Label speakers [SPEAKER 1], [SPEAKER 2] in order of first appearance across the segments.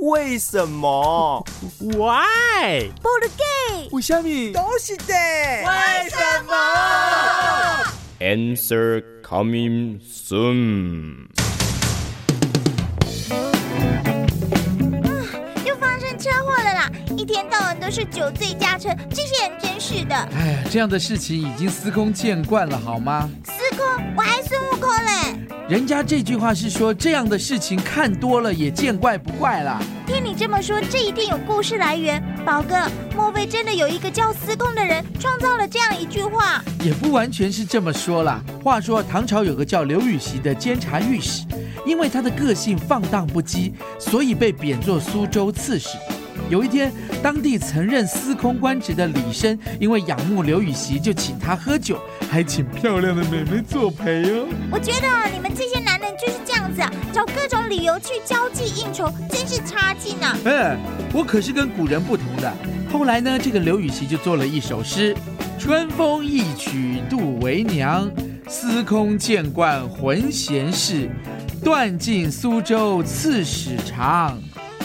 [SPEAKER 1] 为什么？
[SPEAKER 2] Why？
[SPEAKER 3] 不如给
[SPEAKER 2] 为什么？
[SPEAKER 4] 都是的。
[SPEAKER 1] 为什么？
[SPEAKER 5] Answer coming soon。
[SPEAKER 3] 又发生车祸了啦！一天到晚都是酒醉驾车，这些人真是的。
[SPEAKER 6] 哎呀，这样的事情已经司空见惯了，好吗？
[SPEAKER 3] 司空，我还孙悟空嘞！
[SPEAKER 6] 人家这句话是说这样的事情看多了也见怪不怪啦。
[SPEAKER 3] 听你这么说，这一定有故事来源。宝哥，莫非真的有一个叫司空的人创造了这样一句话？
[SPEAKER 6] 也不完全是这么说啦。话说唐朝有个叫刘禹锡的监察御史，因为他的个性放荡不羁，所以被贬作苏州刺史。有一天，当地曾任司空官职的李绅，因为仰慕刘禹锡，就请他喝酒，还请漂亮的妹妹作陪哦。
[SPEAKER 3] 我觉得啊，你们这些男人就是这样子啊，找各种理由去交际应酬，真是差劲啊！
[SPEAKER 6] 哎，我可是跟古人不同的。后来呢，这个刘禹锡就做了一首诗：“春风一曲度为娘，啊司空见惯浑闲事，断尽苏州刺史长。”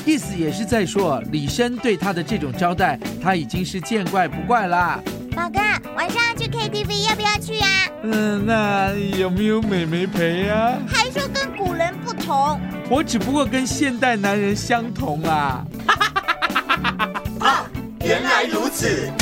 [SPEAKER 6] 意思也是在说，李绅对他的这种招待，他已经是见怪不怪啦。
[SPEAKER 3] 宝哥，晚上要去 KTV 要不要去啊？
[SPEAKER 6] 嗯，那有没有美眉陪啊？
[SPEAKER 3] 还说跟古人不同。
[SPEAKER 6] 我只不过跟现啊代男人相同啦、
[SPEAKER 1] 原来如此。